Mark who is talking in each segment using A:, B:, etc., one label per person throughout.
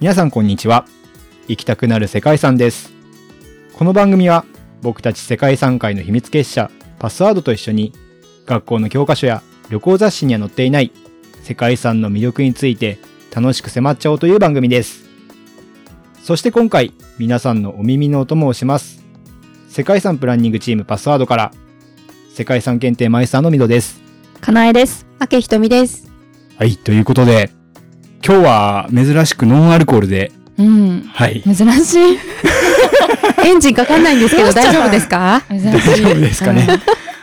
A: 皆さんこんにちは。行きたくなる世界遺産です。この番組は僕たち世界遺産界の秘密結社パスワードと一緒に学校の教科書や旅行雑誌には載っていない世界遺産の魅力について楽しく迫っちゃおうという番組です。そして今回皆さんのお耳のお供をします。世界遺産プランニングチームパスワードから世界遺産検定マイスターのミドです。
B: かなえです。あけひとみです。
A: はい、ということで、今日は珍しくノンアルコールで、
B: うん。
A: はい、
B: 珍し い。
C: エンジンかかんないんですけど
B: どうし
C: 大
B: た
C: 丈夫ですか
B: 珍しい。
A: 大丈夫ですかね。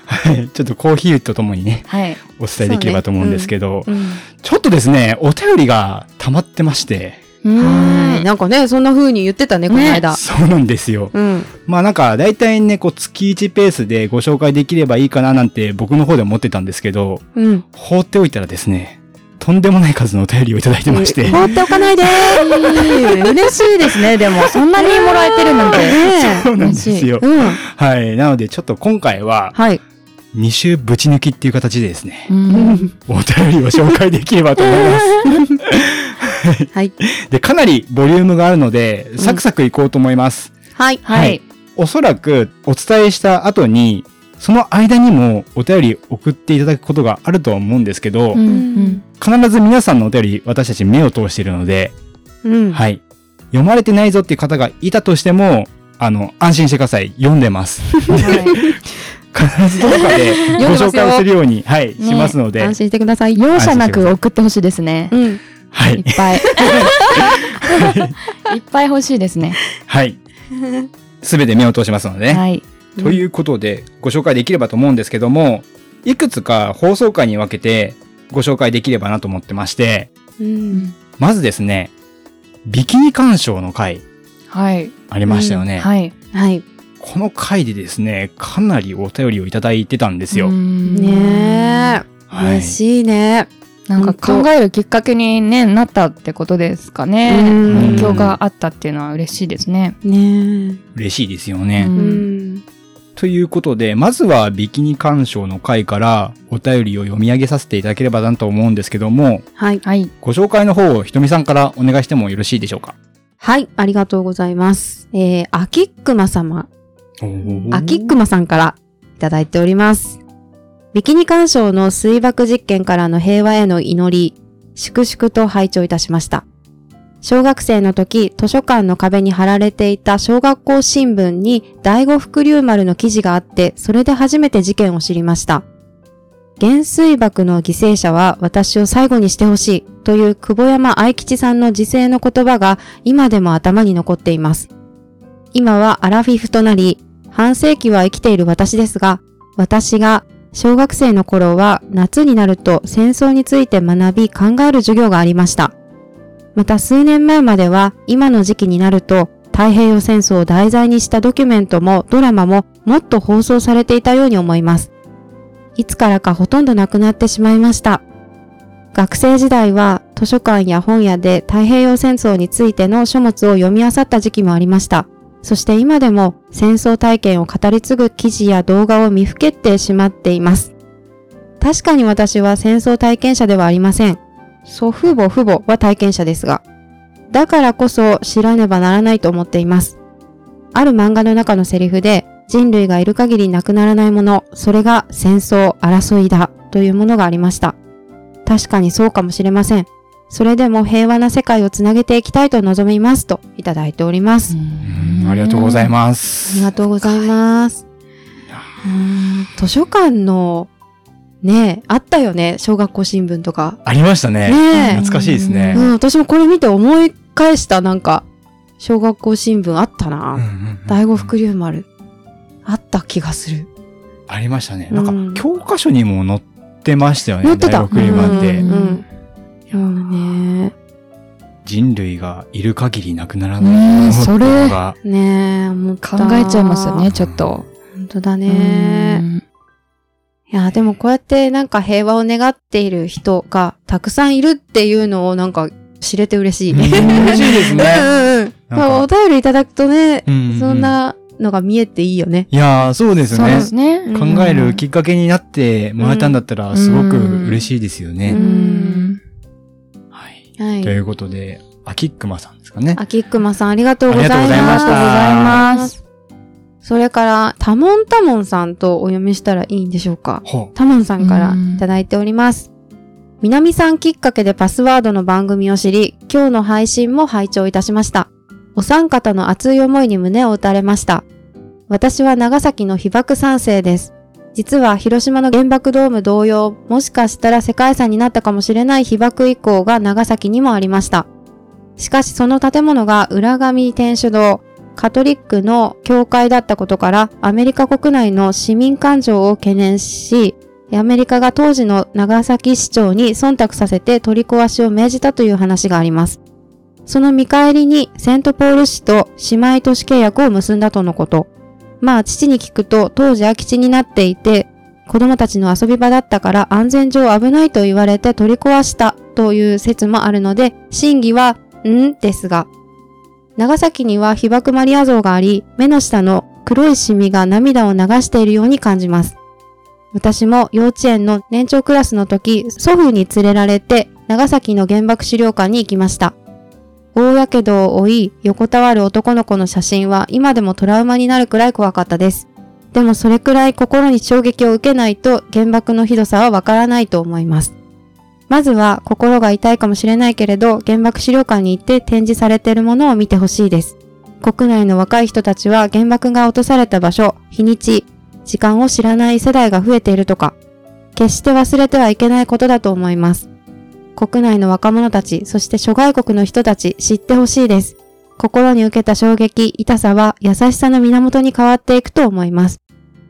A: はい、ちょっとコーヒーとともにね、
B: はい。
A: お伝えできればと思うんですけど、
C: うん
A: ちょっとですね、お便りが溜まってまして、
B: うん
C: はい。なんかね、そんな風に言ってたね、この間。
A: そうなんですよ。
C: うん。
A: まあなんか、大体ね、こう、月1ペースでご紹介できればいいかななんて僕の方では思ってたんですけど、
C: うん。
A: 放っておいたらですね、とんでもない数のお便りをいただいてまして、
C: 放っておかないで
B: 嬉しいですね。でも、そんなにもらえてるなんて。
C: ね
A: そうなんですよ
C: え。。うん。
A: はい。なので、ちょっと今回は、
C: はい。
A: 2週ぶち抜きっていう形でですね、
B: うん。
A: お便りを紹介できればと思います。
C: はい。
A: で、かなりボリュームがあるので、サクサクいこうと思います。
C: はい。
B: はい。
A: おそらくお伝えした後に、その間にもお便り送っていただくことがあるとは思うんですけど、
B: うん
C: うん
A: 必ず皆さんのお便り私たち目を通しているので、
C: うん。
A: はい。読まれてないぞっていう方がいたとしても、あの、安心してください。読んでます。
B: はい
A: 必ずどこかでご紹介をするように、はい、しますので、
C: 安心してください。
B: 容赦なく送ってほしいですね
C: う。ん。
A: はいい
B: っ。ぱい。 いっぱい欲しいですね。
A: はい。すべて目を通しますのでね。
B: はい。
A: ということで、ご紹介できればと思うんですけども、いくつか放送回に分けてご紹介できればなと思ってまして、
C: うん。
A: まずですね、ビキニ鑑賞の回
B: はい。
A: ありましたよね。
B: はい。
C: はい。
A: この回でですね、かなりお便りをいただいてたんですよ。
C: ねえ。
A: はい
C: 嬉しいね。
B: なんか考えるきっかけに、ね、なったってことですかね。
C: うん
B: 影響があったっていうのは嬉しいですね。
C: ね
A: 嬉しいですよ
B: う
A: ね。
C: え。うんん。
A: ということで、まずはビキニ鑑賞の回からお便りを読み上げさせていただければなと思うんですけども、
C: はい。
B: はい。
A: ご紹介の方をひとみさんからお願いしてもよろしいでしょうか。
C: はい。ありがとうございます。えー、あきっくま様。アキックマさんからいただいております。ビキニ干渉の水爆実験からの平和への祈り、粛々と拝聴いたしました。小学生の時、図書館の壁に貼られていた小学校新聞に第五福竜丸の記事があって、それで初めて事件を知りました。原水爆の犠牲者は私を最後にしてほしいという久保山愛吉さんの自制の言葉が今でも頭に残っています。今はアラフィフとなり、半世紀は生きている私ですが、私が小学生の頃は夏になると戦争について学び考える授業がありました。また数年前までは今の時期になると太平洋戦争を題材にしたドキュメントもドラマももっと放送されていたように思います。いつからかほとんどなくなってしまいました。学生時代は図書館や本屋で太平洋戦争についての書物を読み漁った時期もありました。そして今でも戦争体験を語り継ぐ記事や動画を見ふけってしまっています。確かに私は戦争体験者ではありません。祖父母父母は体験者ですが。だからこそ知らねばならないと思っています。ある漫画の中のセリフで人類がいる限りなくならないもの、それが戦争、争いだというものがありました。確かにそうかもしれません。それでも平和な世界をつなげていきたいと望みますといただいておりま
A: う
C: す。
A: んありがとうございま
C: あり
A: す
C: が。とうございます。うん図書館の、ねえ、あったよね。小学校新聞とか。
A: ありましたね。
C: ね
A: 懐かしいですね
C: え。う。ん、私もこれ見て思い返した、なんか、小学校新聞あったな。第五福竜丸。あった気がする。
A: ありましたね。
C: う
A: なんんか、教科書にも載ってましたよね。
C: 載って
A: 大
C: た
A: 学留学
C: う
A: で
C: ん。
B: うん
C: ね
A: 人類がいる限りなくなら
B: ね
A: な
B: え
A: い。
B: それ
A: が、
C: え。ねえ、思った
B: 考えちゃいますよね、。ちょっと。
C: 本当だね。いや、でもこうやってなんか平和を願っている人がたくさんいるっていうのをなんか知れて嬉しい。
A: うん嬉しいです ね。
C: うんうん
A: なんか
C: まあお便りいただくとね、
A: うん
C: そん。なのが見えていいよね。
A: いやー、そうです
B: そう
A: ね
B: で。すね。
C: うん
A: 考えるきっかけになってもらえたんだったら、すごく嬉しいですよ
C: う
A: ね。
C: ん
A: はい。
C: は
A: と
C: い。
A: いうことで、秋熊さんですかね。
C: 秋熊さん、ありがとうございます。
A: ありがとうございました
B: ありがとうございます。
C: それから、タモンタモンさんとお読みしたらいいんでしょうか。
A: ほ
C: タモンさんからいただいております。南さんきっかけでパスワードの番組を知り、今日の配信も拝聴いたしました。お三方の熱い思いに胸を打たれました。私は長崎の被爆賛成です。実は広島の原爆ドーム同様、もしかしたら世界遺産になったかもしれない被爆遺構が長崎にもありました。しかしその建物が浦上天主堂、カトリックの教会だったことから、アメリカ国内の市民感情を懸念し、アメリカが当時の長崎市長に忖度させて取り壊しを命じたという話があります。その見返りにセントポール市と姉妹都市契約を結んだとのこと。まあ父に聞くと当時空き地になっていて、子供たちの遊び場だったから安全上危ないと言われて取り壊したという説もあるので、真偽は、んですが。長崎には被爆マリア像があり、目の下の黒いシミが涙を流しているように感じます。私も幼稚園の年長クラスの時、祖父に連れられて長崎の原爆資料館に行きました。大やけどを負い、横たわる男の子の写真は今でもトラウマになるくらい怖かったです。でもそれくらい心に衝撃を受けないと原爆のひどさはわからないと思います。まずは心が痛いかもしれないけれど原爆資料館に行って展示されているものを見てほしいです。国内の若い人たちは原爆が落とされた場所、日にち、時間を知らない世代が増えているとか、決して忘れてはいけないことだと思います。国内の若者たち、そして諸外国の人たち、知ってほしいです。心に受けた衝撃、痛さは優しさの源に変わっていくと思います。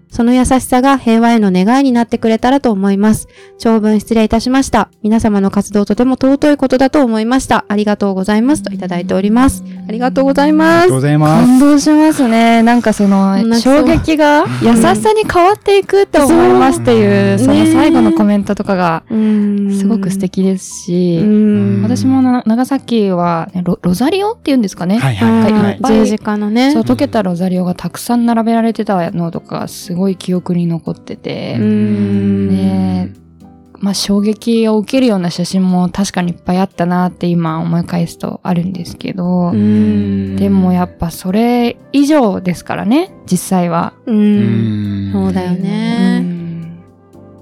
C: その優しさが平和への願いになってくれたらと思います。長文失礼いたしました。皆様の活動とても尊いことだと思いました。ありがとうございます。といただいております。ありがとうござ
A: あ
C: い
A: り
C: ま
A: が
C: す
A: とう。ございます。
B: 感動しますね。なんかそ
C: 泣
B: の、
C: きそう
B: 衝撃が優しさに変わっていくって思いますっていう、
A: そう
B: その
C: ねえ
B: 最後のコメントとかが、
C: す
B: すごく素敵ですし、
A: うん
B: 私もな長崎はね、ロロザリオっていうんですかね。
A: はいはい
B: なんか
A: はいい
B: っ。ぱ
C: 十字架のね
B: そう、溶けたロザリオがたくさん並べられてたのとか、すごい記憶に残って
A: う
B: て、
A: ん
B: ねまあ衝撃を受けるような写真も確かにいっぱいあったなって今思い返すとあるんですけど、
C: うん
B: でもやっぱそれ以上ですからね、実際は。
C: う
A: うんん
C: そうだよね
B: うん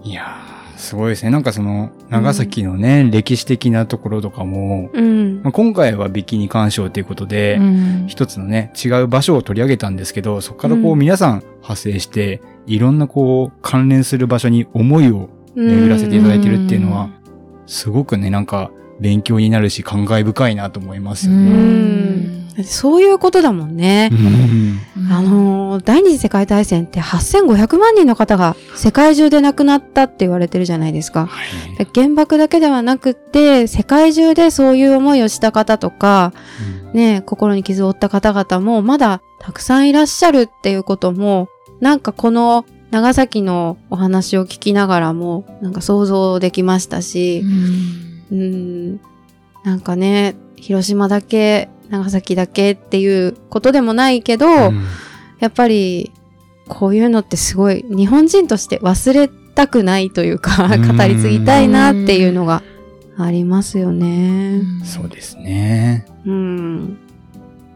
A: いやー、すごいですね。なんかその、長崎のね、歴史的なところとかも、
C: うん
A: まあ、今回はビキニ鑑賞ということで、
B: うん
A: 一つのね、違う場所を取り上げたんですけど、そこからこ
C: う
A: うん皆さん派生して、いろんなこう、関連する場所に思いを巡らせていただいてるっていうのは、すごくね、なんか、勉強になるし、感慨深いなと思いますよ
C: う
A: ね。
C: んそういうことだもんね
A: う。ん
C: あのー第二次世界大戦って8500万人の方が世界中で亡くなったって言われてるじゃないですか。
A: はい
C: で原爆だけではなくって、世界中でそういう思いをした方とか、ね、心に傷を負った方々もまだたくさんいらっしゃるっていうことも、なんかこの長崎のお話を聞きながらも、なんか想像できましたし、うん。なんかね、広島だけ、長崎だけっていうことでもないけど、
A: うん
C: やっぱり、こういうのってすごい、日本人として忘れたくないというか、
A: うん
C: 語り継ぎたいなっていうのがありますよね。
A: そうですね。
C: うん。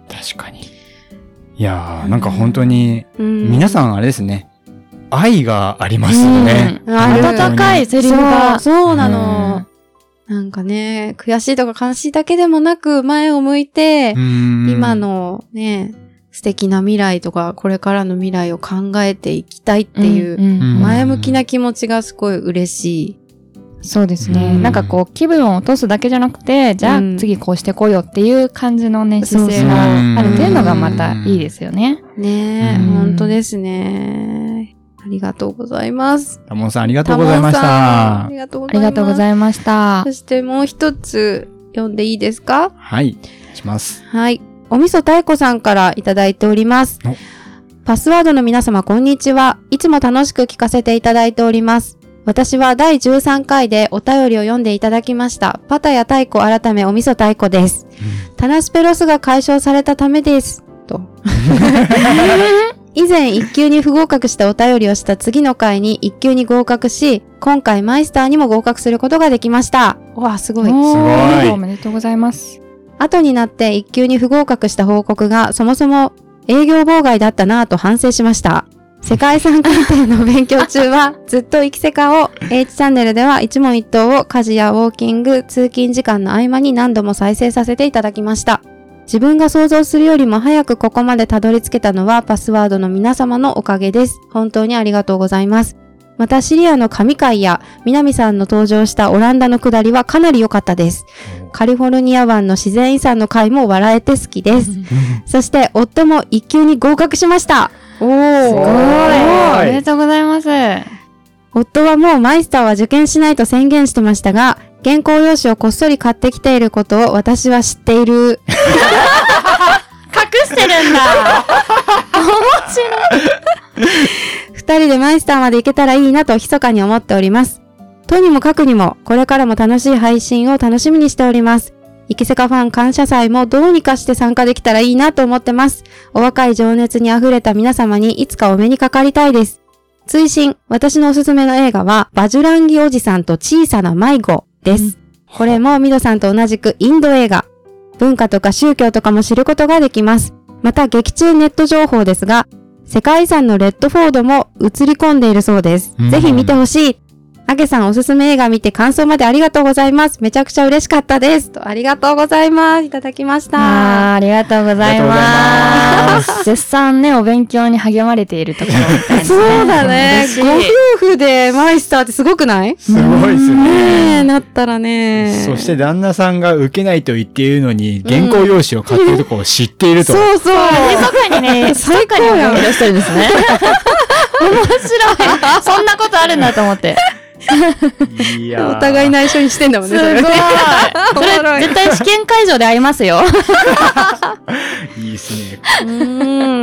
A: 確かに。いやー、なんか本当に、
C: うん
A: 皆さんあれですね、愛がありますよね。
C: うんある
B: 温かいセリフが。
C: そうそうなの。なんかね、悔しいとか悲しいだけでもなく、前を向いて、今
A: 今、
C: のね、素敵な未来とか、これからの未来を考えていきたいっていう、
B: ん
A: うん
C: 前向きな気持ちがすごい嬉しい。
B: そうです
A: う
B: ね。
A: ん
B: なんかこう、気分を落とすだけじゃなくて、じゃ
C: う
B: あ
C: ん
B: 次こうしてこうよっていう感じのね、姿勢
A: そうそう
B: があるっていうのがまたいいですよね。
C: ねえ、
A: うん
C: 本当ですね。ありがとうございます。
A: タモンさんありがとうございまし
C: タモンさんあ
A: た
C: り。がとうご
B: あ
C: ざい
B: り
C: ます。
B: がとうご
C: い
B: ざいました
C: そ。してもう一つ読んでいいですか
A: はい、お願いします。
C: はい。おみそたいこさんからいただいております
A: お。
C: パスワードの皆様、こんにちは。いつも楽しく聞かせていただいております。私は第13回でお便りを読んでいただきました。パタヤ太鼓改めおみそ太鼓です。タナスペロスが解消されたためです。 と。以前1級に不合格したお便りをした次の回に1級に合格し、今回マイスターにも合格することができました。わあ、すごい。
B: おー
A: すごい
B: おめでとうございます。
C: 後になって1級に不合格した報告がそもそも営業妨害だったなぁと反省しました。世界遺産検定の勉強中はずっと生きせかを H チャンネルでは一問一答を家事やウォーキング、通勤時間の合間に何度も再生させていただきました。自分が想像するよりも早くここまでたどり着けたのはパスワードの皆様のおかげです。本当にありがとうございます。またシリアの神会や南さんの登場したオランダの下りはかなり良かったです。カリフォルニア湾の自然遺産の会も笑えて好きです。そして夫も一級に合格しました。
B: す
C: お
B: ごいおめでとうございます。
C: 夫はもうマイスターは受験しないと宣言してましたが、原稿用紙をこっそり買ってきていることを私は知っている。
B: 隠してるんだ
C: 二人でマイスターまで行けたらいいなと密かに思っております。とにもかくにも、これからも楽しい配信を楽しみにしております。イケセカファン感謝祭もどうにかして参加できたらいいなと思ってます。お若い情熱に溢れた皆様にいつかお目にかかりたいです。追伸、私のおすすめの映画は、バジュランギおじさんと小さな迷子です。これもミドさんと同じくインド映画。文化とか宗教とかも知ることができます。また劇中ネット情報ですが、世界遺産のレッドフォードも映り込んでいるそうです
A: うん。
C: ぜひ見てほしい。あげさんおすすめ映画見て感想までありがとうございます。めちゃくちゃ嬉しかったです。とありがとうございます。いただきました。
B: あーありがとうござい
A: ありがとうございま
B: ますす。絶賛ね、お勉強に励まれているところみたいです
C: そうだね。
B: 嬉しい
C: ご夫婦でマイスターってすごくない
A: すごいです
C: ね
A: ね
C: え、。なったらね。
A: そして旦那さんが受けないと言っているのに、原稿用紙を買っているとこを知っていると。
C: そうそう。
B: 密かにね、
C: 最高
B: 密かに
C: やん
B: 思い出してるんです ね。 面白い。そんなことあるんだと思って。
A: いやー
C: お互い内緒にしてんだもん
B: すご
C: ね。
B: い。そ
C: そ
B: れ
C: れね
B: 絶対試験会場で会いますよ。
A: いいですね。
C: う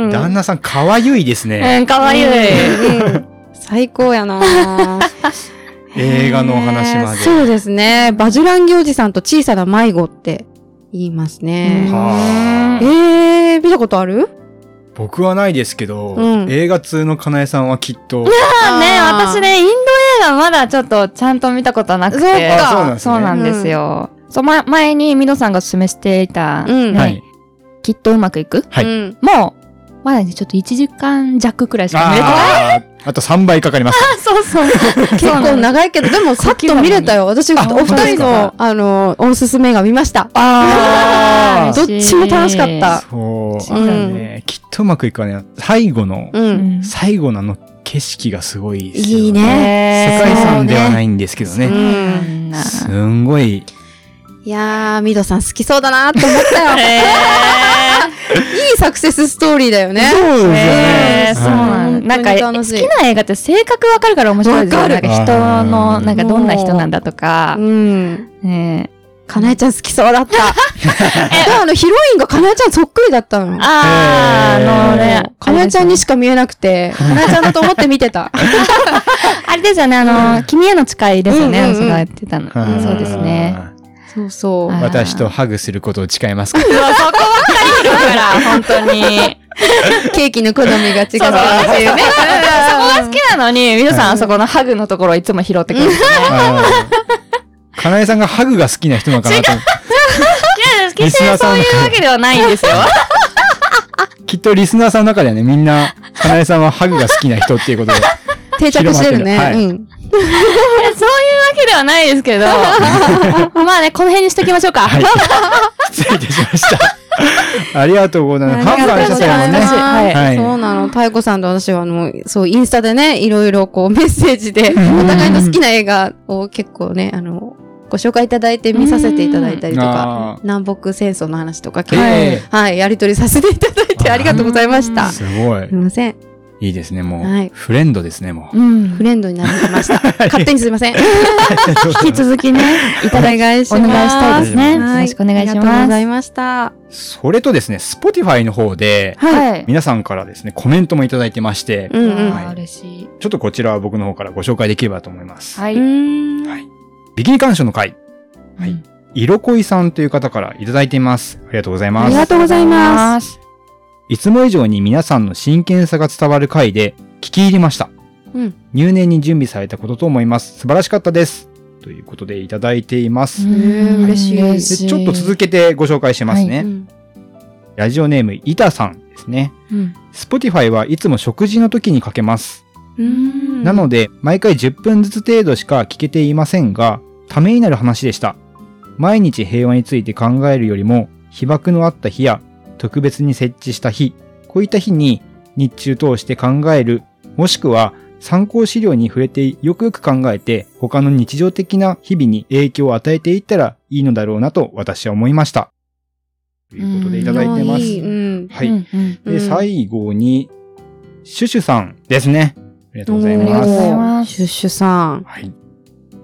C: ん
A: 旦那さん、かわゆいですね。
B: うん、かわいい。
C: うん最高やな
A: 映画のお話ま
C: へ
A: で。
C: ーそうですね。バジュランギおじさんと小さな迷子って言いますね。
A: は
B: うん
C: えー、見たことある
A: 僕はないですけど、
C: うん
A: 映画通のかなえさんはきっと、
B: まあね、
C: あー
B: 私ね、インド映画まだちょっとちゃんと見たことなくて。
C: そうか
A: あそうなんん
B: で
C: ですね
B: すよ。そう、ま、前にミドさんがお勧めしていた、
C: うん
B: ね
A: はい。
B: きっとうまくいく
A: はい
C: うん
B: もう、まだね、ちょっと1時間弱くらいしか見れてない。
A: あーあと3倍かかります。
B: そう そう。結
C: 結構長いけど、でもさっと見れたよ。私、お
A: あ
C: 二
A: 本当です
C: 人
A: か
C: の、あの、おすすめが見ました。
A: あ
C: どっちも楽しかった。
A: そう。
B: そう
C: だ
A: ねきっとうまくいくわね。最後の、
C: う。
B: うんん
A: 最後のあの景色がすごいですよね。
C: いいね。
A: 世界
B: 世
A: 遺
C: そう
A: 産
C: ね
A: ではないんですけどね。
B: うん。
A: すんごい。
C: いやー、ミドさん好きそうだなと思 ったよ。いいサクセスストーリーだよね。
A: そうですよ
B: え
A: ね
B: ー、そうな
C: は
B: の。
C: い
B: なんか、
C: 本当に
B: 好
C: 楽しい
B: きな映画って性格わかるから面白いですよね。なん
C: わ
A: か
B: か
A: る
B: 人の、なんかどんな人なんだとか。
C: うん。
B: ね
C: かなえちゃん好きそう だった。であの、ヒロインがかなえちゃんそっくりだったの。
B: あ
A: えー
B: ー、あのね、
C: かなえちゃんにし
B: か。
C: か見えなくて、かなえちゃんだと思って見てた。
B: あれですよね、あの、君への誓いですよね、
C: うんうんうん
B: 私が言ってたの。
A: はい
B: そうですね。。
C: そうそ
B: あー
A: 私とハグすることを誓いますか
B: うわ、そこばっかり言う から、本当に。
C: う。ケーキの好みが違うって
B: そうそう
C: いうね。
B: そこが好きなのに、皆さん、あそこのハグのところいつも拾ってくるんですね。
A: ら。かなえさんがハグが好きな人なのかなと思って。
B: 決してそういうわけではないんですよ。
A: きっとリスナーさんの中ではね、みんな、かなえさんはハグが好きな人っていうこと で。
C: 定着してる
A: 広まって
C: ね。
A: るはい
C: うん。
B: いやそういうわけではないです けど。まあね、この辺にしときましょうか。
A: はい。失礼いたしました。ありがとうございます。
C: あり
A: 感
C: がとう
A: 謝
C: ご
A: し
C: ざい
A: た
C: ま
A: ね
C: す。。
B: はい
A: はい
C: そうなの。太鼓さんと私は、あの、そう、インスタでね、いろいろこう、メッセージで、お互いの好きな映画を結構ね、あの、ご紹介いただいて見させていただいたりと
A: うんあー
C: か、南北戦争の話とか、結構、
A: え
C: はい、やりとりさせていただいてありがとうございまし
A: え
C: た。す
A: すごい
C: み。ません。
A: いいですね、もう。
C: はい
A: フレンドですね、もう。
B: うん
C: フ。レンドになり ました。勝手にすいません。
B: 引き続 きね、いただき、
C: 願いし
B: お願いしたいですね。よ
C: はい
B: ろしくお願いし
C: ありがとう
B: ま
C: ござい
B: す。
C: ました。
A: それとですね、Spotify の方で、
B: はい。
A: 皆さんからですね、コメントもいただいてまして、
C: うんうん。
B: あー嬉しい。
A: ちょっとこちらは僕の方からご紹介できればと思います。
B: は
C: う
B: い。
C: ーん
A: はい。ビキニ鑑賞の会、はい
B: うん。
A: いろこいさんという方からいただいています。ありがとうござい
C: あ
A: ま
C: り
A: す。
C: がとうございます
A: いつも以上に皆さんの真剣さが伝わる回で聞き入りました。
C: うん
A: 入念に準備されたことと思います。素晴らしかったです。ということでいただいています。
C: ん
B: うん
C: 嬉しい
B: 嬉
A: でちょっと続けてご紹介しますね。
C: うん
A: ラジオネーム、イタさんですね。
C: うん。
A: Spotify はいつも食事の時にかけます。
C: うん
A: なので、毎回10分ずつ程度しか聞けていませんが、ためになる話でした。毎日平和について考えるよりも、被爆のあった日や、特別に設置した日、こういった日に日中通して考える、もしくは参考資料に触れてよくよく考えて、他の日常的な日々に影響を与えていったらいいのだろうなと私は思いました。ということでいただいてます。
C: いいうん。
A: はい。
B: うんうん
C: う
A: で、
C: ん
A: 最後に、シュシュさんですね。ありがとうござい
B: ありが
A: ま
B: とうご
A: す。
B: ざいます
C: シュッシュさん。
A: はい。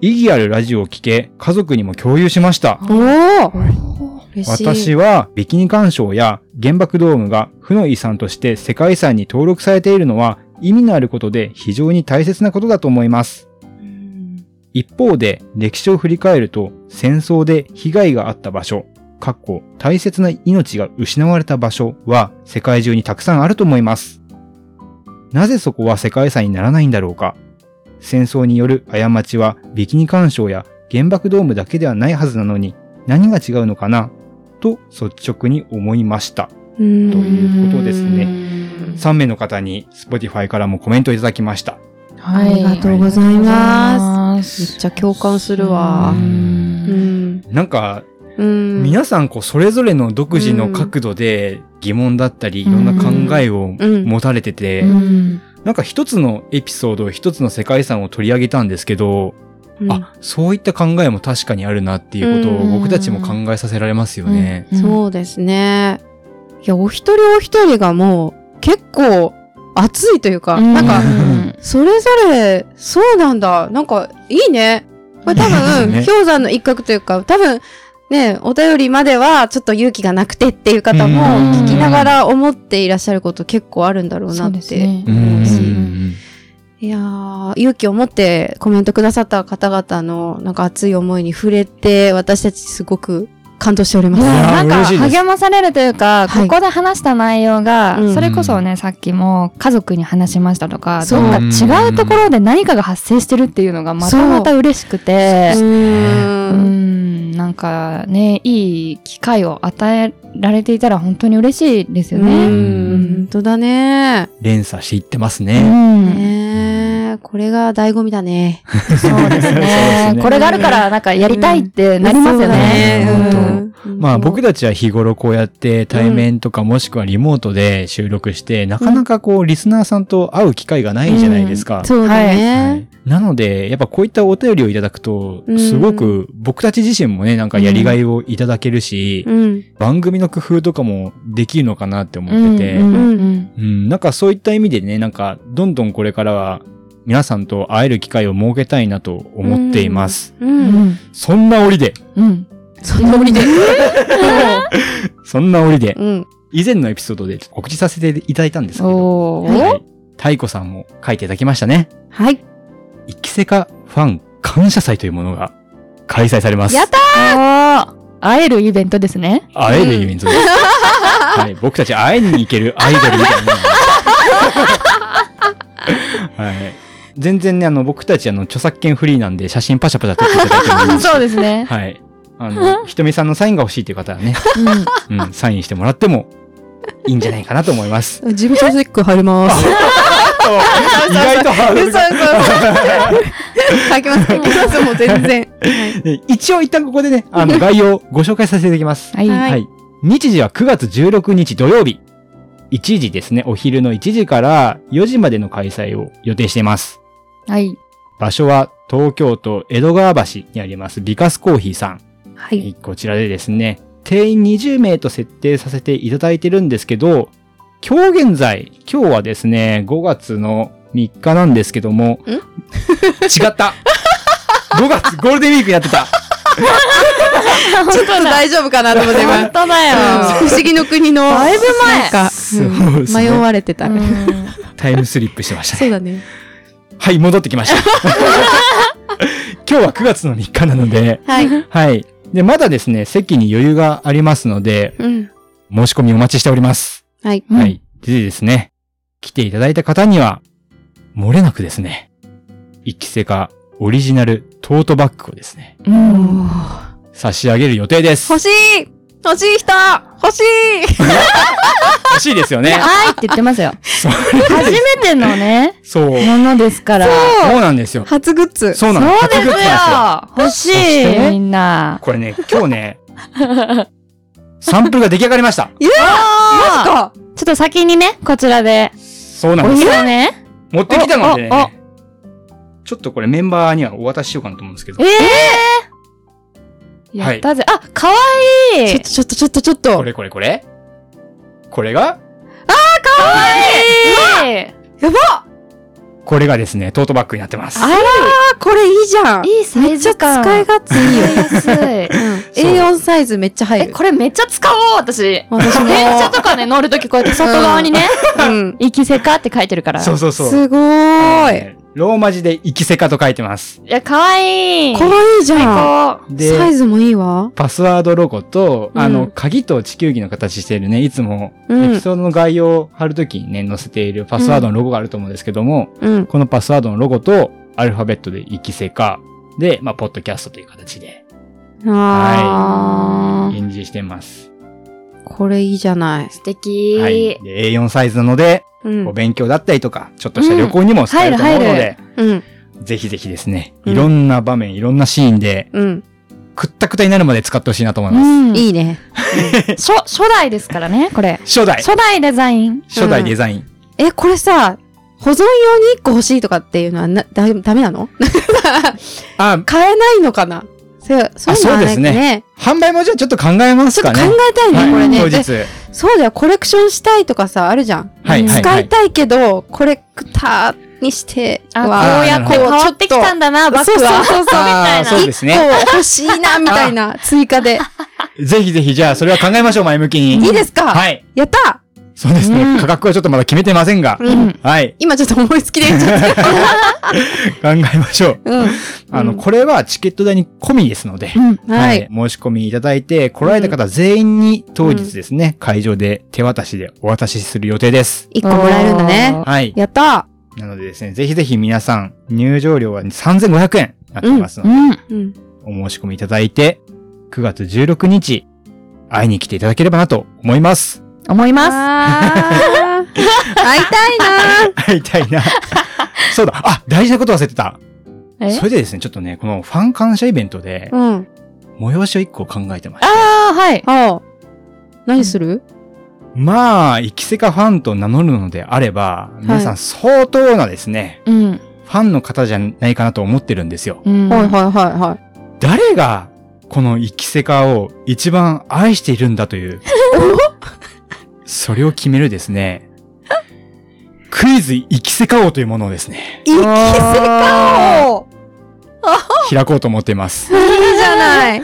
A: 意義あるラジオを聞け、家族にも共有しました。
C: おお嬉しい。
A: 私
C: は、
A: はビキニ鑑賞や原爆ドームが負の遺産として世界遺産に登録されているのは意味のあることで非常に大切なことだと思います。一方で歴史を振り返ると戦争で被害があった場所、かっこ大切な命が失われた場所は世界中にたくさんあると思います。なぜそこは世界遺産にならないんだろうか戦争による過ちはビキニ干渉や原爆ドームだけではないはずなのに何が違うのかなと率直に思いました。
C: と
A: ということですね
C: ね
A: 3名の方に Spotify からもコメントいただきました。
B: は。
C: ありがとうございますめっちゃ共感するわ
B: う。ん
C: うん。
A: なんか
C: うん。
A: 皆さんこうそれぞれの独自の角度で疑問だったりいろんな考えを
C: うん
A: 持たれてて、
C: うん
A: なんか一つのエピソード一つの世界遺産を取り上げたんですけど、
C: うん
A: あそういった考えも確かにあるなっていうことを僕たちも考えさせられますよね。
C: そうですね。いや、お一人お一人がもう結構熱いというか、なんか、
A: ん
C: それぞれ、そうなんだ。なんか、いいね。これ多分、
A: ね
C: 氷山の一角というか、多分、ね、お便りまではちょっと勇気がなくてっていう方も
A: うん
C: 聞きながら思っていらっしゃること結構あるんだろうなって。
A: う
C: うん
A: ん
C: いやー、勇気を持ってコメントくださった方々のなんか熱い思いに触れて、私たちすごく感動しておりま
B: もう
C: す。
A: いやー
B: なんか
A: 嬉しいです
B: 励まされるというか、
C: はい
B: ここで話した内容が、
C: うん
B: それこそね、さっきも家族に話しましたとか、
C: そう
B: なんか違うところで何かが発生してるっていうのがまたまた嬉しくて、
C: う
B: う
C: ーん。
B: ん、なんかね、いい機会を与えられていたら本当に嬉しいですよ
C: う
B: ね。
C: ん本当だね。
A: 連鎖していってます
B: う
A: ね。
B: ん。
C: ねえこれが醍醐味だね。
B: そうです
A: そうです
B: ね
A: ね。
B: これがあるから、なんかやりたいってなりますよね。
A: そうだ
C: そう
A: ね
C: だねうん
A: まあ僕たちは日頃こうやって対面とかもしくはリモートで収録して、なかなかこうリスナーさんと会う機会がないじゃないですか。
C: そうだ
A: は
C: ね
A: い。なので、やっぱこういったお便りをいただくと
C: う、ん
A: すごく僕たち自身もね、なんかやりがいをいただけるし、
C: うん。
A: 番組の工夫とかもできるのかなって思ってて、
B: う
A: うんん
B: うんうん
A: なんかそういった意味でね、なんかどんどんこれからは皆さんと会える機会を設けたいなと思っています。
C: う。
B: うんん。
A: そんな折で、
B: うん。
C: そんな無理で。
A: そんな折で、
C: うん。
A: 以前のエピソードで告知させていただいたんですけど、
B: お
C: はい
B: ー。
A: はい太鼓さんも書いていただきましたね。
C: はい。
A: 生きせかファン感謝祭というものが開催されます。
C: やった
B: あー会えるイベントですね。
A: 会えるイベントです。はい、僕たち会いに行けるアイドルみたいな。はい。全然ね、あの、僕たち、あの、著作権フリーなんで、写真パシャパシャ撮っていただいてもいいです
B: そうですね。
A: はい。あの、ひとみさんのサインが欲しいという方は ね、うん、サインしてもらってもいいんじゃないかなと思います。
C: 事務所チェック貼り ます。
A: 意外とハード
C: 嘘
A: ル
C: 嘘
A: が
C: 書きます書きますもう全然。はい
A: 一応一旦ここでね、あの、概要をご紹介させていただきます。
B: はい。
C: は
B: はいい。
A: はい。日時は9月16日土曜日。1時ですね。お昼の1時から4時までの開催を予定しています。
B: はい。
A: 場所は東京都江戸川橋にありますビカスコーヒーさん。
C: は。
A: はいいこちらでですね、定員20名と設定させていただいてるんですけど、今日現在、今日はですね、5月の3日なんですけども、違った5月ゴールデンウィークやって た
C: ちょっと大丈夫かなと思って今。
B: 当だ
C: 不思議の国の。
B: だいぶ前
C: なんか、
A: そうですね
C: 迷われてた。
A: タイムスリップしてましたね
C: そう。だね。
A: はい、戻ってきました。 今日は9月の3日なので、
C: はい。
A: はい。で、まだですね、席に余裕がありますので、
C: うん。
A: 申し込みお待ちしております。
C: はい。
B: うん
A: はい。でですね、来ていただいた方には、漏れなくですね、生きせかオリジナルトートバッグをですね、
B: うん。
A: 差し上げる予定です。
C: 欲しい欲しい人欲しい
A: 欲しいですよね。
B: はいって言ってますよ。
A: そう
B: 初めてのね、
A: そう。
B: ものですから。そ
A: そうなんですよ。
C: 初グッズ。
A: そうなの。
B: うです
A: 隠
B: よ
A: れてま
B: 欲し
A: そして
B: いみんな
A: す。これね、今日 ね、サンプルが出来上がりました。
C: いや
B: マジ
C: か
B: ちょっと先にね、こちらで。
A: そうなん
B: お
A: です。
B: 湯をね。
A: 持ってきたので
B: おおお
A: ね、ちょっとこれメンバーにはお渡ししようかなと思うんですけど
B: え、え
A: はい
B: やったぜ。あ、かわい
C: ちょ
B: い
C: っとちょっとちょっとちょっ。
A: ことれこれこれこれが、
B: かわいい
C: やば
A: これがですね、トートバッグになってます。
B: あ
C: あ、これいいじゃん。
B: いいサ
C: め
B: イ
C: っちゃ
B: ズ感。
C: 使い勝手いいよ。
B: 安い。
A: そう
C: A4 サイズめっちゃ入
B: え、
C: る。
B: これめっちゃ使おう、私。
C: 私も。
B: 電車とかね、乗るときこうやって外側にね、
C: うん。
B: 行きせかって書いてるから。
A: そう
B: い
A: そうそう。
C: すごーい。
A: ねローマ字で生きせかと書いてます。
B: や、かわいい。
C: かわいいじゃん。
B: こう。
A: で、
C: サイズもいいわ。
A: パスワードロゴと、
C: うん
A: あの、鍵と地球儀の形しているね、いつも、
C: うん
A: エピソードの概要を貼るときにね、載せているパスワードのロゴがあると思うんですけども、
C: うん。
A: このパスワードのロゴと、アルファベットで生きせか、で、まあ、ポッドキャストという形で、
C: あー。
A: 印字してます。
C: これいいじゃない。
B: 素敵。
A: はい。で A4 サイズなので、
C: うん
A: お。勉強だったりとか、ちょっとした旅行にも使えると思うの
B: うん入
A: で、
C: うん。
A: ぜひぜひですね、
C: うん
A: いろんな場面、いろんなシーンで、
C: うん。
A: くったくたになるまで使ってほしいなと思いうます。
B: ん。
C: いいね。
B: 初、初代ですからね、これ。
A: 初代、
B: 初代デザイン。
A: 初代デザイン。
C: え、これさ、保存用に1個欲しいとかっていうのはな、だ、ダメなの
A: あ、
C: 買えないのかなそそういうのはない
A: あそうですね販売もじゃあちょっと考えます
C: ちょ
A: か
C: っと
A: ね。
C: 考えたいね、
A: はい
C: これね。
A: 当
C: で
A: 日。
C: そうだよ、コレクションしたいとかさ、あるじゃん。
A: はい、はい、
C: 使
A: はい
C: たいけど、コレクターにして
B: あ、こう
C: は、
B: やって変わってきたんだな、バッ
C: そう
B: グ
C: そう
B: は。
C: そう
A: あー
C: そう。
B: みたいな
A: そうですね。
C: こう欲しいな、みたいな、追加で。
A: ぜひぜひ、じゃあそれは考えましょう、前向きに。
C: いいですか
A: はい。
C: やった
A: そうです
B: う
A: ね。
B: ん
A: 価格はちょっとまだ決めてませんが。
C: う。
B: うんん。
A: はい。
C: 今ちょっと思いつきで言っちゃった。
A: 考えましょう。
C: うん。
A: あ
C: う
A: の、
C: ん
A: これはチケット代に込みですので。
B: うん。
C: はい。
A: 申し込みいただいて、来られた方全員に当日ですね、会場で手渡しでお渡しする予定です。
C: 1個もらえるんだね。
B: おー。
A: はい。
C: やった
A: なのでですね、ぜひぜひ皆さん、入場料は3500円になってますの
B: う
A: で、
B: ん。
C: うん。
A: お申し込みいただいて、9月16日、会いに来ていただければなと思います。
B: 思います。
C: あー会いたいな
A: 会いた いな。そうだ。あ、大事なこと忘れてた。
B: え
A: それでですね、ちょっとね、このファン感謝イベントで、
C: うん。
A: 催しを一個考えてました。
B: ああ、はい。
C: ああ。何する
A: まあ、生きせかファンと名乗るのであれば、皆さ
C: は
A: ん相当なですね、
B: うん。
A: ファンの方じゃないかなと思ってるんですよ。
B: うん。
C: はいはいはいはい。
A: 誰が、この生きせかを一番愛しているんだと いう、それを決めるですね、クイズ生きせか王というものをですね、
C: 生きせかお
A: 開こうと思っています。
C: いいじゃない。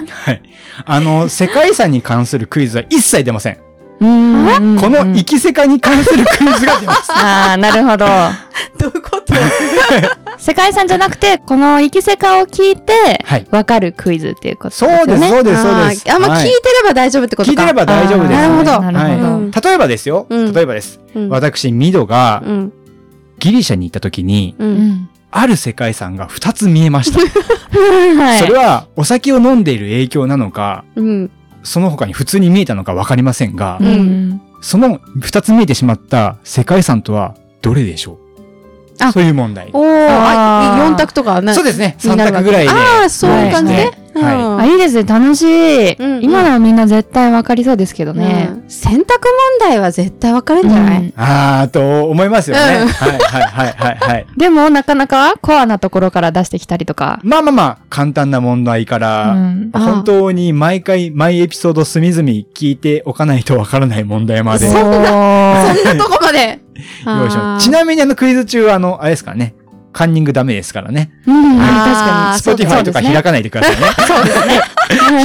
A: あの、世界遺産に関するクイズは一切出ません。
B: うん。
A: この生き世界に関するクイズが出 ます。
B: ああ、なるほど。
C: どういうこと
B: 世界遺産じゃなくて、この生きせかを聞いて、
A: はい。
B: わかるクイズっていうことです
A: そう
B: よ
A: です、
B: ね。
A: そうです、そうです。
C: あーあんま聞い
A: は
C: てれば大丈夫ってこと
A: 聞い
C: か。
A: てれば大丈夫です。
C: あーなるほど
B: なるほ
C: ど
A: 例えばですよ。
C: うん
A: 例えばです。
C: うん
A: 私、ミドが
C: うん。
A: ギリシャに行った時に、
C: う。
B: ど。うんん。
A: ある世界遺産が2つ見えました。
B: はい。
A: それはお酒を飲んでいる影響なのか、
C: うん。
A: その他に普通に見えたのかわかりませんが
B: う、ん。
A: その2つ見えてしまった世界遺産とはどれでしょう
C: あ
A: そういう問題。
C: おー、
B: あー
C: あ、4択とかな
A: そうですね。
C: に
A: 3
C: なるわ
A: 択
C: け
A: ぐらいで。
C: ああ、そういう感じ
A: は
C: で
A: い。は
B: あ、いいですね。楽しい。
C: うんうん
B: 今ならみんな絶対わかりそうですけど
C: ね
B: ね。
C: 選択問題は絶対分かるんじゃな
B: う
C: い
B: ん
A: あーと思いますよね。
C: うん
A: はいはいはいはいはい。
B: でも、なかなかコアなところから出してきたりとか。
A: まあまあまあ、簡単な問題か
B: う
A: ら、
B: ん。
C: あ
A: 本当に毎回、毎エピソード隅々聞いておかないとわからない問題まで。
C: そ
A: よ
C: う
B: な。
C: そんなとこまで
A: いしょちなみにあのクイズ中はあの、あれですからね。カンニングダメですからね。
B: うん、
C: あ
B: 確
C: ー
A: ス
B: か
A: ポ
B: に。
A: ティファイとか開かないでくださいね。
B: そうですね。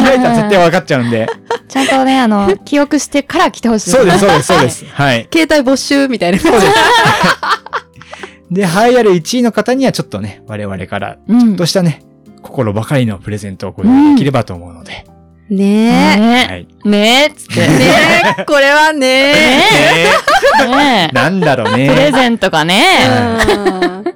A: 開いたら絶対わかっちゃうんで。
B: ちゃんとね、あ の、記憶してから来てほしい。
A: そうです、そうです、そうです。はい。
C: 携帯没収みたいな。
A: そうです。で、栄えある1位の方にはちょっとね、我々から、
B: う
A: ちょ
B: ん
A: っと。したね、心ばかりのプレゼントをご用意できればと思うので。
C: ね
A: はい。
B: ねえ。ねえ、つって。
C: え。
B: ね
C: ねえ、これはねえ。
A: え
B: え。ね
A: ーなんだろう
B: え。プ
A: ね。
B: レゼントがね。
A: は
C: うん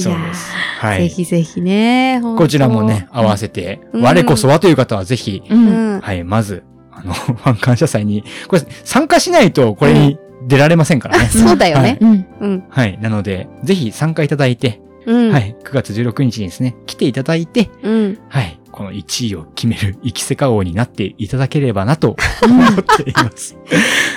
A: そうです。は
C: ぜ
A: い。
C: ひぜひね。ほんと
A: こちらもね、合わせて、
C: うん
A: 我こそはという方はぜひ、
B: う。
C: うんん。
A: はい、まず、あの、 ファン感謝祭に、これ、参加しないと、これに出られませんからね。
C: そうだよね。
B: うん。
C: うん。
A: はい。なので、ぜひ参加いただいて、
C: うん。
A: は。い。9月16日にですね、来ていただいて、
C: うん。
A: はい。この1位を決める、生きせか王になっていただければなと思ってい ます。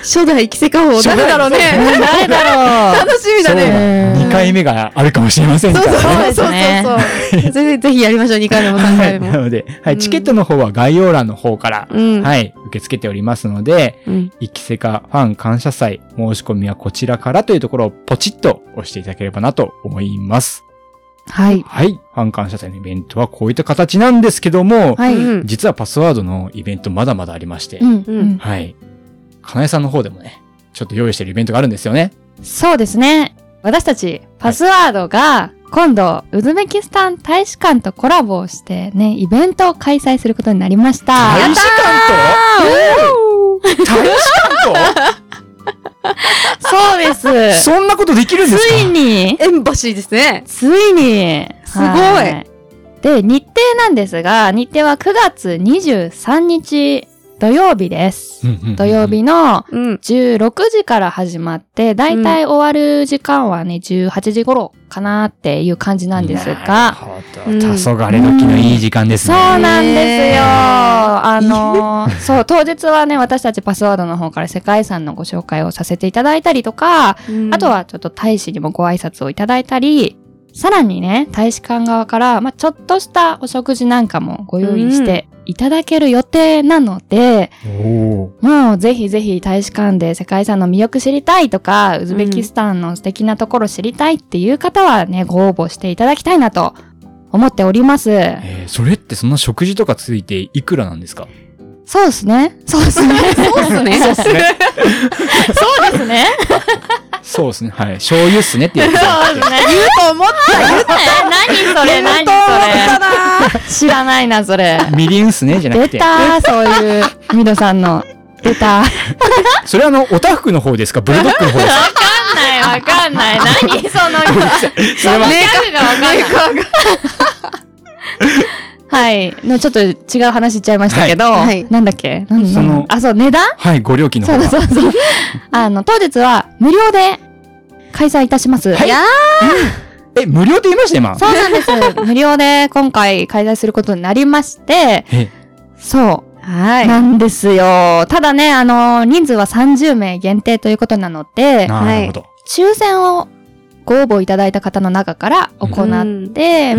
C: 初代キセカホ誰だろうね。
A: 誰だろう
C: 楽しみだね。
A: そう2回目があるかもしれません
C: そう
A: か
C: そう
A: らね。
C: そうそうそう。ぜひぜひやりましょう。2回目も3
A: は
C: 回
A: い。
C: 目
A: な
C: も。
A: ので、は
C: う
A: い。
C: ん
A: チケットの方は概要欄の方から、
C: うん。
A: はい。受け付けておりますので、
C: うん。
A: 生きせかファン感謝祭、申し込みはこちらからというところをポチッと押していただければなと思います。
B: はい。
A: はい。ファン感謝祭のイベントはこういった形なんですけども、
B: はい。
C: う
B: うん
C: ん。
A: 実はパスワードのイベントまだまだありまして、
B: うん。
A: はい。かなえさんの方でもね、ちょっと用意してるイベントがあるんですよね。
B: そうですね。私たち、パスワードが、今度、ウズベキスタン大使館とコラボをしてね、イベントを開催することになりました。
A: 大使館と大使館
B: そうで
A: と
B: す。
A: そんなことできるんです
B: つ
A: か
B: いに、
C: エンバシーですね。
B: ついに、
C: すごい
B: はで、日程なんですが、日程は9月23日土曜日です。
A: うんうんうん
B: 土曜日の
C: うん。
B: 16時から始まって、だいたい終わる時間はね、18時頃かなっていう感じなんです
A: なる
B: が、
A: ほど
C: うん
A: 黄昏時のいい時間です
B: そ
A: ね。
B: うなんです
C: ね
B: よ。あの ー、そう、当日はね、私たちパスワードの方から世界遺産のご紹介をさせていただいたりとか、あと、はちょっと大使にもご挨拶をいただいたり、さらにね、大使館側から、まあ、ちょっとしたお食事なんかもご用意していただける予定なので、
A: おー
B: もうぜひぜひ大使館で世界遺産の魅力知りたいとか、ウズベキスタンの素敵なところ知りたいっていう方はね、ご応募していただきたいなと思っております。
A: えーそれってその食事とかついていくらなんですか
B: そうですね。そうですね。
C: そうっすね。そうっすね。
B: そうですね。
A: そうですね。はい。醤油っすねって言ってたんで。
C: 言うと思った。
B: 何それ
C: 言
B: 何
C: うと思った
B: そ
C: な。
B: れ知らないな、それ。
A: みりんっすねじゃな
B: 出
A: くて。
B: たそういう、ミドさんの。出たわ
A: それはあの、おたふくの方ですかブルドッグの方 ですか
B: かんない、わかんない。何その、
A: それは
B: グがわかんない。はい。のちょっと違う話しちゃいましたけど、
C: はいはい
B: なんだっけなん
A: その
B: あ、そう、値段
A: はい、ご料金の
B: そ
A: 方
B: う
A: が。
B: そうそう。あの、当日は無料で開催いたします。
A: はい
C: いや
A: え、無料って言いました今。
B: そうなんです。 無料で今回開催することになりまして、
A: え、
B: そう。
C: ー。は。
B: ないんですよ。ただね、あの、人数は30名限定ということなので、
A: なるほど。
B: 抽選をご応募いただいた方の中から行って、
A: うん
B: まあ
A: う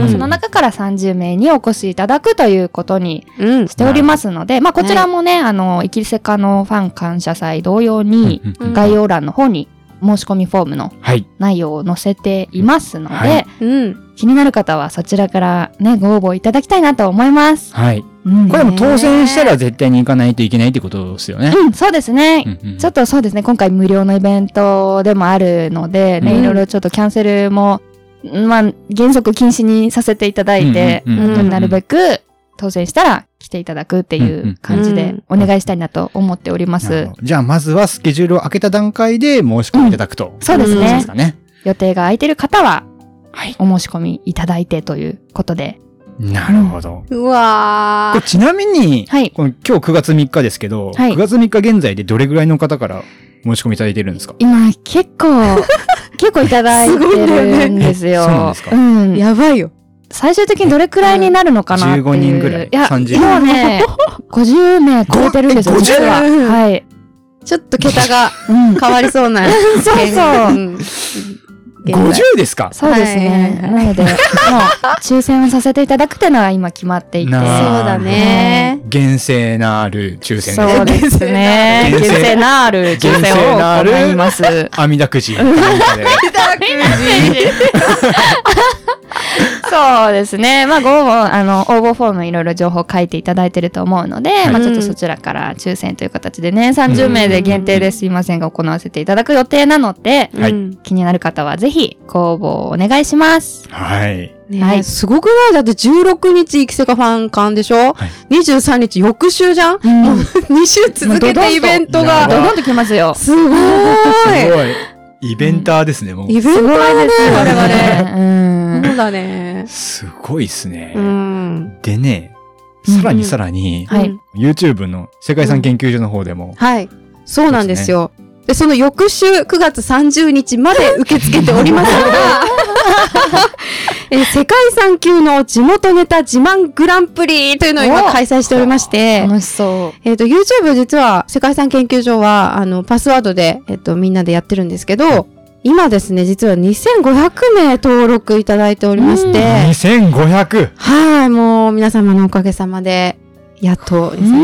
A: ん
B: その中から30名にお越しいただくということに
C: うん。
B: しておりますので、まあこちらもね、あの、生きせかのファン感謝祭同様に、
A: うんうん
C: うん
B: 概要欄の方に申し込みフォームの
A: はい。
B: 内容を載せていますので、
A: はい
C: うん。
B: 気になる方はそちらからね、ご応募いただきたいなと思います。
A: はい。
B: うん
A: これも当選したら絶対に行かないといけないってことですよね。
B: うん、そうですね。ちょっ
A: と、
B: とそうですね、今回無料のイベントでもあるので、ね
A: うん
B: いろいろちょっとキャンセルも、まあ、原則禁止にさせていただいて、
A: うんうん
C: うんうん
B: なるべく当選したら来ていただくっていう感じでお願いしたいなと思っており
A: な
B: ま
A: る
B: す
A: ほ。どじゃあ、まずはスケジュールを開けた段階で申し込みいただくと。
B: そうです
A: そうで
B: ね
A: す。かね。
B: 予定が空いてる方は
A: はい、
B: お申し込みいただいてということで。
A: なるほど。
C: う
A: こ
C: わ
A: れちなみに、
B: はい。
A: この今日9月3日ですけど、
B: はい
A: 9月3日現在でどれぐらいの方から申し込みいただいてるんですか
B: 今、結構、結構いただいてるんですよ。
A: す ごいんだよねそうなんですか
B: うん
C: ー。やばいよ。
B: 最終的にどれくらいになるのかなっていう。
A: 15人ぐらい
B: いや、も
A: 30人
B: うね、50名超えてるんですよ、
A: ご
B: 実は。
C: 50
B: はい。
C: ちょっと桁が
B: うん。
C: 変わりそうな。
B: そうそう。
C: 現在
A: ?50 ですか
B: そうですね。
C: はい
B: なので、もう、抽選をさせていただくっていうのは今決まっていて。
A: な
C: そうだね。
A: 厳正なる抽選で
B: そうですね。
A: 厳
B: 厳
A: 正
B: 正なる抽選を行います。
A: す。網だくじ。
C: いただく
B: そうですね。まあ、ご応募、あの、応募フォームいろいいろ情報書いていただいてると思うので、
A: い
B: まあ、ちょっとそちらから抽選という形でね、30名で限定ですいませんが、行わせていただく予定なので、
A: はい
C: うん
B: 気になる方はぜひご応募をお願いします。
A: はい。
C: ねえ
B: はい
C: すごくないだって16日、イキセカファン館でしょ、
A: はい
C: ?23 日、翌週じゃ
B: う
C: ん、
B: ん
C: ?2 週続けてイベント
A: あ
B: ド
A: もう
C: が。
B: ドンときますよ。
C: すごー
A: す
C: い
A: ごい。イベンターですね、もう。
C: イベントだね、
B: す
C: 我
B: ごいです
C: 々。
B: ね。うん。
C: そうだね。
A: すごいっすね。
C: うん。
A: でね、
B: うん
A: さらにさらに、
B: はい
C: うん
A: YouTube の世界遺産研究所の方でも、
C: はい。そうなんですよ。で、その翌週9月30日まで受け付けておりますのが、えー世界遺産級の地元ネタ自慢グランプリというのを今
B: お
C: 開催しておりまして、
B: 楽しそ
C: えっ、と、YouTube 実は世界遺産研究所は、あの、パスワードで、えっ、と、みんなでやってるんですけど、今ですね、実は2500名登録いただいておりまして、
A: 2500!
C: はい、もう皆様のおかげさまで、やっと2500人に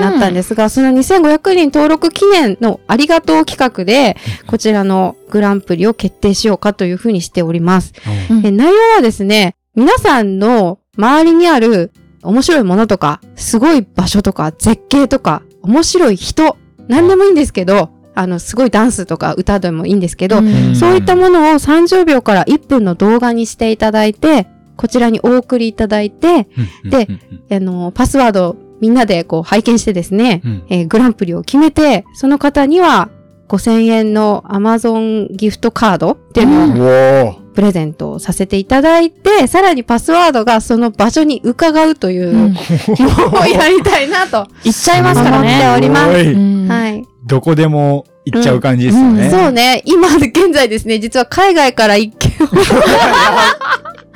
C: なったんですが、その2500人登録記念のありがとう企画で、こちらのグランプリを決定しようかというふうにしております。
B: うん
C: え内容はですね、皆さんの周りにある面白いものとか、すごい場所とか、絶景とか、面白い人、何でもいいんですけど、あの、すごいダンスとか歌でもいいんですけ
B: う。
C: ど、
B: ん
C: そういったものを30秒から1分の動画にしていただいて、こちらにお送りいただいて、で
A: うんうん
C: あの、パスワードをみんなでこう拝見してですね、
A: うん
C: えーグランプリを決めて、その方には5000円の Amazon ギフトカードっていうのを
A: うんおー
C: プレゼントをさせていただいて、さらにパスワードがその場所に伺うという、
B: うん
C: もうやりたいなと。
B: 行っちゃいますからね。
C: 思っております
A: ごい
B: うん
C: はい。
A: どこでも行っちゃう感じですよ
B: うん
A: ね。
C: そうね。今、現在ですね、実は海外から一件 を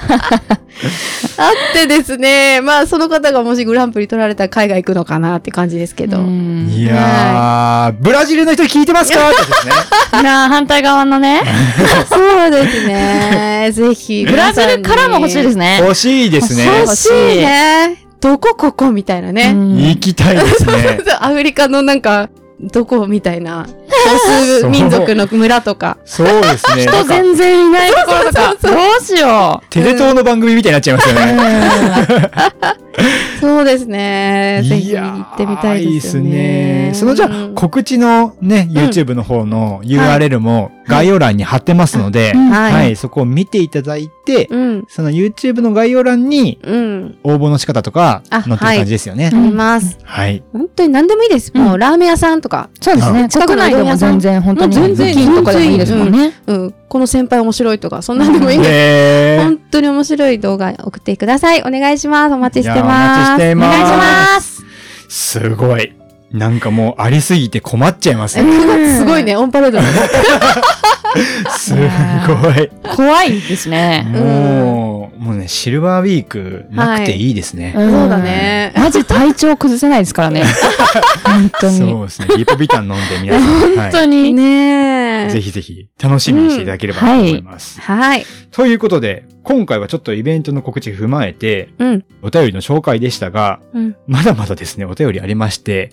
C: あってですね、まあその方がもしグランプリ取られたら海外行くのかなって感じですけど。
B: うん
A: いやー、ブラジルの人聞いてますかってですね。
B: いやー反対側のね、
C: そうです ね。ぜひ。
B: ブラジルからも欲しいです
C: ね。
B: ね。
A: 欲しいですね。
C: 欲しいね。どこここみたいなね。
B: うん
A: 行きたいですね。
C: アフリカのなんか、どこみたいな、少数民族の村とか。
A: そうですね。な
B: 人
A: んか
B: 全然いないところとか、どうしよ
A: テレ東の番組みたいになっちゃいますよね。
C: そうですね。ぜ
A: い
C: ひ
A: や
C: 行
A: ー
C: ってみたいですよ
A: いい
C: ね。
A: っすねそのじゃあ、
C: うん
A: 告知のね、YouTube の方の URL も概要欄に貼ってますので
B: う。う、ん
A: はい、
C: はい。
A: そこを見ていただいて、
C: うん。
A: その YouTube の概要欄に
C: うん。
A: 応募の仕方とか載
C: あ
A: ってる感じですよね
C: あ。ります。
A: はい。
C: 本当に何でもいいです。もうラーメン屋さんとか。
B: そうです
A: う
B: ね。
C: 近く
B: 国
C: のう
B: 内
C: ど
B: で
C: ん屋
B: も
C: さ
B: 全
C: ん
B: 然、本当に。
C: 全然
B: 金とかでもいいですもんね。
C: うん。この先輩面白いとか、そんなのでもいいんです。
A: へー
C: 本当に面白い動画送ってください。お願いします。お待ちして
A: いやお
C: ま
A: 待
C: す。
A: ちしてます
C: お願いします。
A: すごい。なんかもうありすぎて困っちゃいますね。
B: うん
C: すごいね、オンパレードだね。
A: すごい。
B: 怖いですね。
A: もう、もうね、シルバーウィークなくていいですね。
B: ん
C: そうだ。ね。
B: マジ体調崩せないですからね。本当に。
A: そうですね。リポビタン飲んで皆 さん、
B: 本当
A: は
B: に。
C: ねえ。
A: い、ぜひぜひ楽しみにしていただければと思います。
C: はい。
A: ということで、今回はちょっとイベントの告知踏まえて、
C: うん。
A: お便りの紹介でしたが、
C: うん
A: まだまだですね、お便りありまして、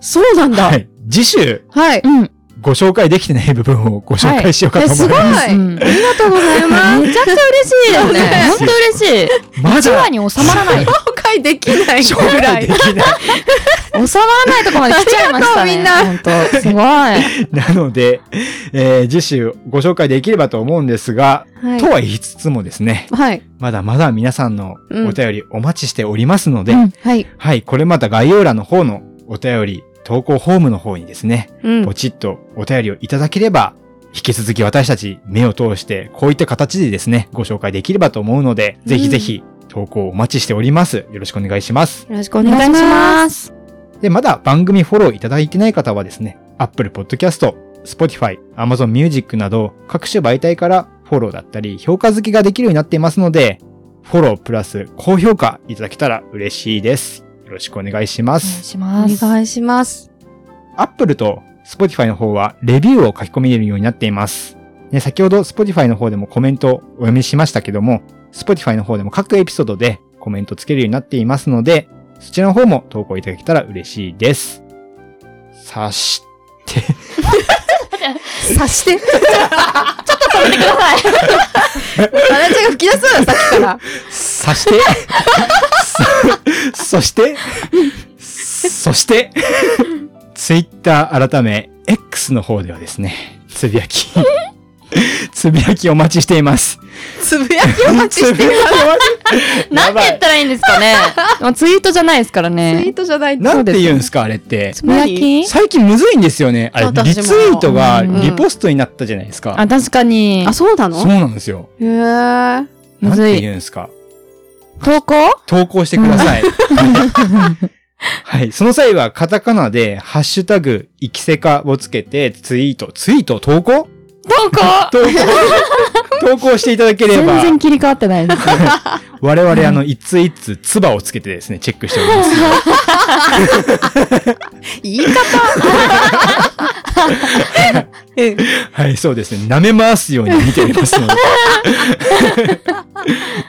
C: そうなんだ。
A: は
C: はい。
A: い、次週
B: うん。
A: ご紹介できてない部分をご紹介しようか
C: え
A: と思
C: す
A: い
C: ごい。
A: ます。
C: あり
B: め
C: がとうございます。
B: ちゃくちゃ嬉しいですね。
A: そう
B: 本当嬉しい。
A: ま
B: 一
A: だ
B: 話に収まらない。収
C: 紹介できない
A: 紹
C: ぐら
A: 介
C: い
A: で。きない。
B: まらないとこまで来ちゃいましたね。
C: あ
B: 本当すごい。
A: なので、えー次週ご紹介できればと思うんですが、と
C: は
A: は言いつつもですね、
C: い。はい。
A: まだまだ皆さんのお便りお待ちしておりますので、
B: うん
C: はい。
A: はい、これまた概要欄の方のお便り、投稿フォームの方にですね、
C: うん
A: ポ。チッとお便りをいただければ、引き続き私たち目を通して、こういった形でですね、ご紹介できればと思うので、ぜひぜひ投稿お待ちしております。よろしくお願いします。
C: よろしくお願いし
B: お願
C: ま
B: い
C: す。
A: で、まだ番組フォローいただいてない方はですね、Apple Podcast、Spotify、Amazon Music など各種媒体からフォローだったり評価付きができるようになっていますので、フォロープラス高評価いただけたら嬉しいです。よろしくお願いしま
B: お願
A: す
B: い。し
C: お
B: ます。
C: 願いします。
A: Apple と Spotify の方はレビューを書き込めるようになっています。ね、先ほど Spotify の方でもコメントをお読みしましたけども、Spotify の方でも各エピソードでコメントつけるようになっていますので、そちらの方も投稿いただけたら嬉しいです。さし、
C: 察して。
B: 止めてください。
C: 私が吹き出すわ、さっきから。
A: さして、 そそして、そして、Twitter 改め X の方ではですね、つぶやき、つぶやきお待ちしています。
C: つぶやきを待ちしてる。
B: なんて言ったらいいんですか ね。もうツイートじゃないですから
C: ツイ
B: ね
C: ー。トじゃないと
A: なんて言うんですかあれって。
B: つぶやき
A: 最近むずいんですよね。あれ、リ
C: 私
A: ツ
C: も
A: イートが
B: うん
A: リポストになったじゃないですか。
B: あ、確かに
C: あ、。そうな
A: そう
C: の
A: なんですよ。
C: へえ。
A: な
B: む
A: ん
B: ず
A: て
B: い。
A: 言うんですか
B: 投稿
A: 投稿してくだ さい。はい。その際は、カタカナで、ハッシュタグ、イキセカをつけて、ツイート、ツイート、投稿
B: 投稿
A: 投稿投稿していただけれ
B: 全
A: ば、
B: 然切り替わってない です。
A: 我々、あの、一通一通、ツバをつけてですね、チェックしております。
C: 言い 方うん
A: はい、そうですね。舐め回すように見ておりますので。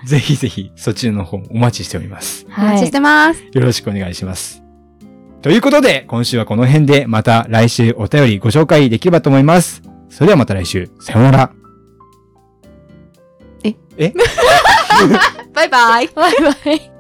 A: ぜひぜひ、そちらの方お待ちしております。
C: お待ちしてます。
A: よろしくお願いします。ということで、今週はこの辺で、また来週お便りご紹介できればと思います。それではまた来週、さようなら。
C: バイバイ。
B: バイバイ。